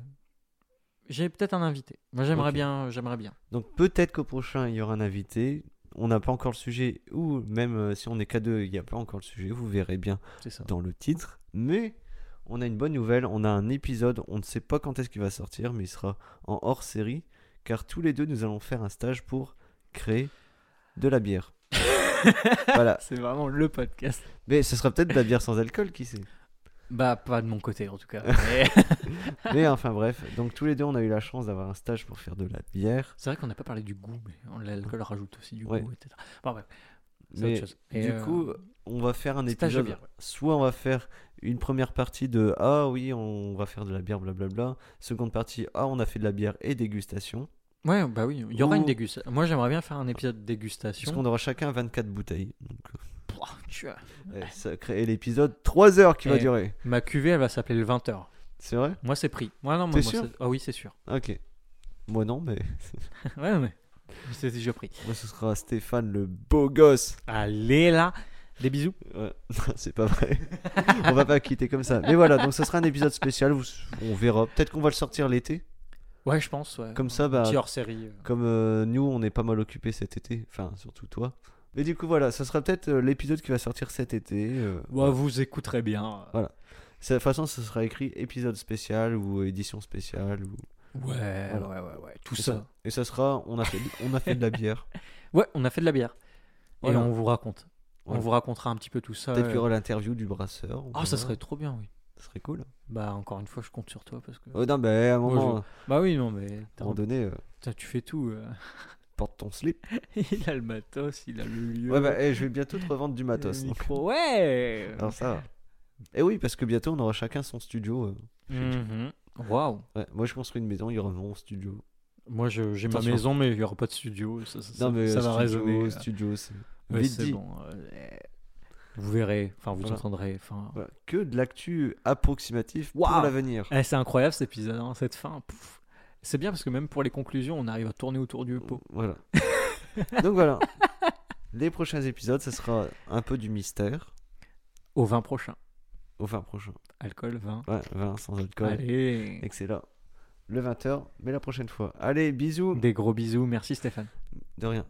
j'ai peut-être un invité. Moi j'aimerais
Ok.
bien, j'aimerais bien.
Donc peut-être qu'au prochain, il y aura un invité. On n'a pas encore le sujet, ou même euh, si on est qu'à deux, il n'y a pas encore le sujet. Vous verrez bien
C'est ça.
dans le titre. Mais on a une bonne nouvelle, on a un épisode, on ne sait pas quand est-ce qu'il va sortir, mais il sera en hors série, car tous les deux, nous allons faire un stage pour créer de la bière. voilà.
C'est vraiment le podcast.
Mais ce sera peut-être de la bière sans alcool, qui sait
Bah pas de mon côté en tout cas. Mais
Mais enfin bref, donc tous les deux on a eu la chance d'avoir un stage pour faire de la bière.
c'est vrai qu'on n'a pas parlé du goût, mais on- l'alcool rajoute aussi du
Ouais.
goût, etc. Bon bref, c'est
Mais
autre chose. Et,
du
euh,
coup, on va faire un
stage de
épisode.
bière, ouais.
Soit on va faire une première partie de Ah oui, on va faire de la bière, blablabla. Seconde partie, Ah on a fait de la bière et dégustation.
ouais, bah oui, il y aura
Ou-
une dégustation. Moi j'aimerais bien faire un épisode
Puisqu'on
dégustation.
aura chacun 24 bouteilles. Donc,
Pouah, tu vois.
euh, ouais, ça crée l'épisode 3 heures qui va
Eh.
durer.
Ma cuvée elle va s'appeler le 20h.
C'est vrai
Moi c'est pris. Moi non, moi,
T'es
moi,
sûr
c'est- Ah oui, c'est sûr.
Ok. Moi non, mais
ouais, mais c'est déjà pris.
moi ce sera Stéphane le beau gosse.
Allez là, des bisous.
Ouais, c'est pas vrai. on va pas quitter comme ça. Mais voilà, donc ce sera un épisode spécial. Vous, on verra. Peut-être qu'on va le sortir l'été.
Ouais, je pense. Ouais.
Comme ça,
Un
bah,
petit hors série.
comme euh, nous, on est pas mal occupés cet été. Enfin, surtout toi. Mais du coup, voilà, ça sera peut-être euh, l'épisode qui va sortir cet été. euh,
vous écouterez bien.
Ouais. Ça- De toute façon, ce sera écrit épisode spécial ou édition spéciale. Ou...
Ouais,
Voilà.
ouais, ouais, ouais. Tout
Et
ça.
Et ça sera, on a fait, on a fait de la bière.
Ouais, on a fait de la bière.
Voilà.
Et on vous raconte. On
Ouais.
vous racontera un petit peu tout ça.
Peut-être qu'il y
euh.
aura l'interview du brasseur. on
Ah, ça
verra.
serait trop bien, oui.
Ça serait cool.
Bah, encore une fois, je compte sur toi parce que.
Oh non, mais à un
Moi,
moment,
Bah oui, non, mais.
à un
t'as-
moment donné, euh,
t'as- tu fais tout. euh.
porte ton slip.
il a le matos, il a le Ah, lieu.
Ouais, bah, eh, je vais bientôt te revendre du
il a
matos.
le
donc.
micro. Ouais
Alors ça. Et Euh, Eh oui, parce que bientôt on aura chacun son studio. euh.
Mhm. Waouh
Ouais, moi je construis une maison, il y aura mon studio.
Moi, je- j'ai ma
Attention.
maison, mais il n'y aura pas de studio. Ça, ça- ça-
non mais
ça
euh,
va
studio,
résonner.
studio, c'est
Ouais,
vite
c'est
dit.
bon. euh, Vous verrez, enfin vous
Voilà.
entendrez. Enfin,
Voilà, Que de l'actu approximative pour
Waouh.
l'avenir.
Eh, c'est incroyable cet épisode, hein, cette fin. pouf. C'est bien parce que même pour les conclusions, on arrive à tourner autour du pot.
Voilà. Donc voilà. Les prochains épisodes, ça sera un peu du mystère.
Au vin prochain.
Enfin prochain.
Alcool, vin.
Ouais, voilà, sans alcool.
Allez.
Et que c'est là. Le 20h, mais la prochaine fois. Allez, bisous.
Des gros bisous. Merci Stéphane.
De rien.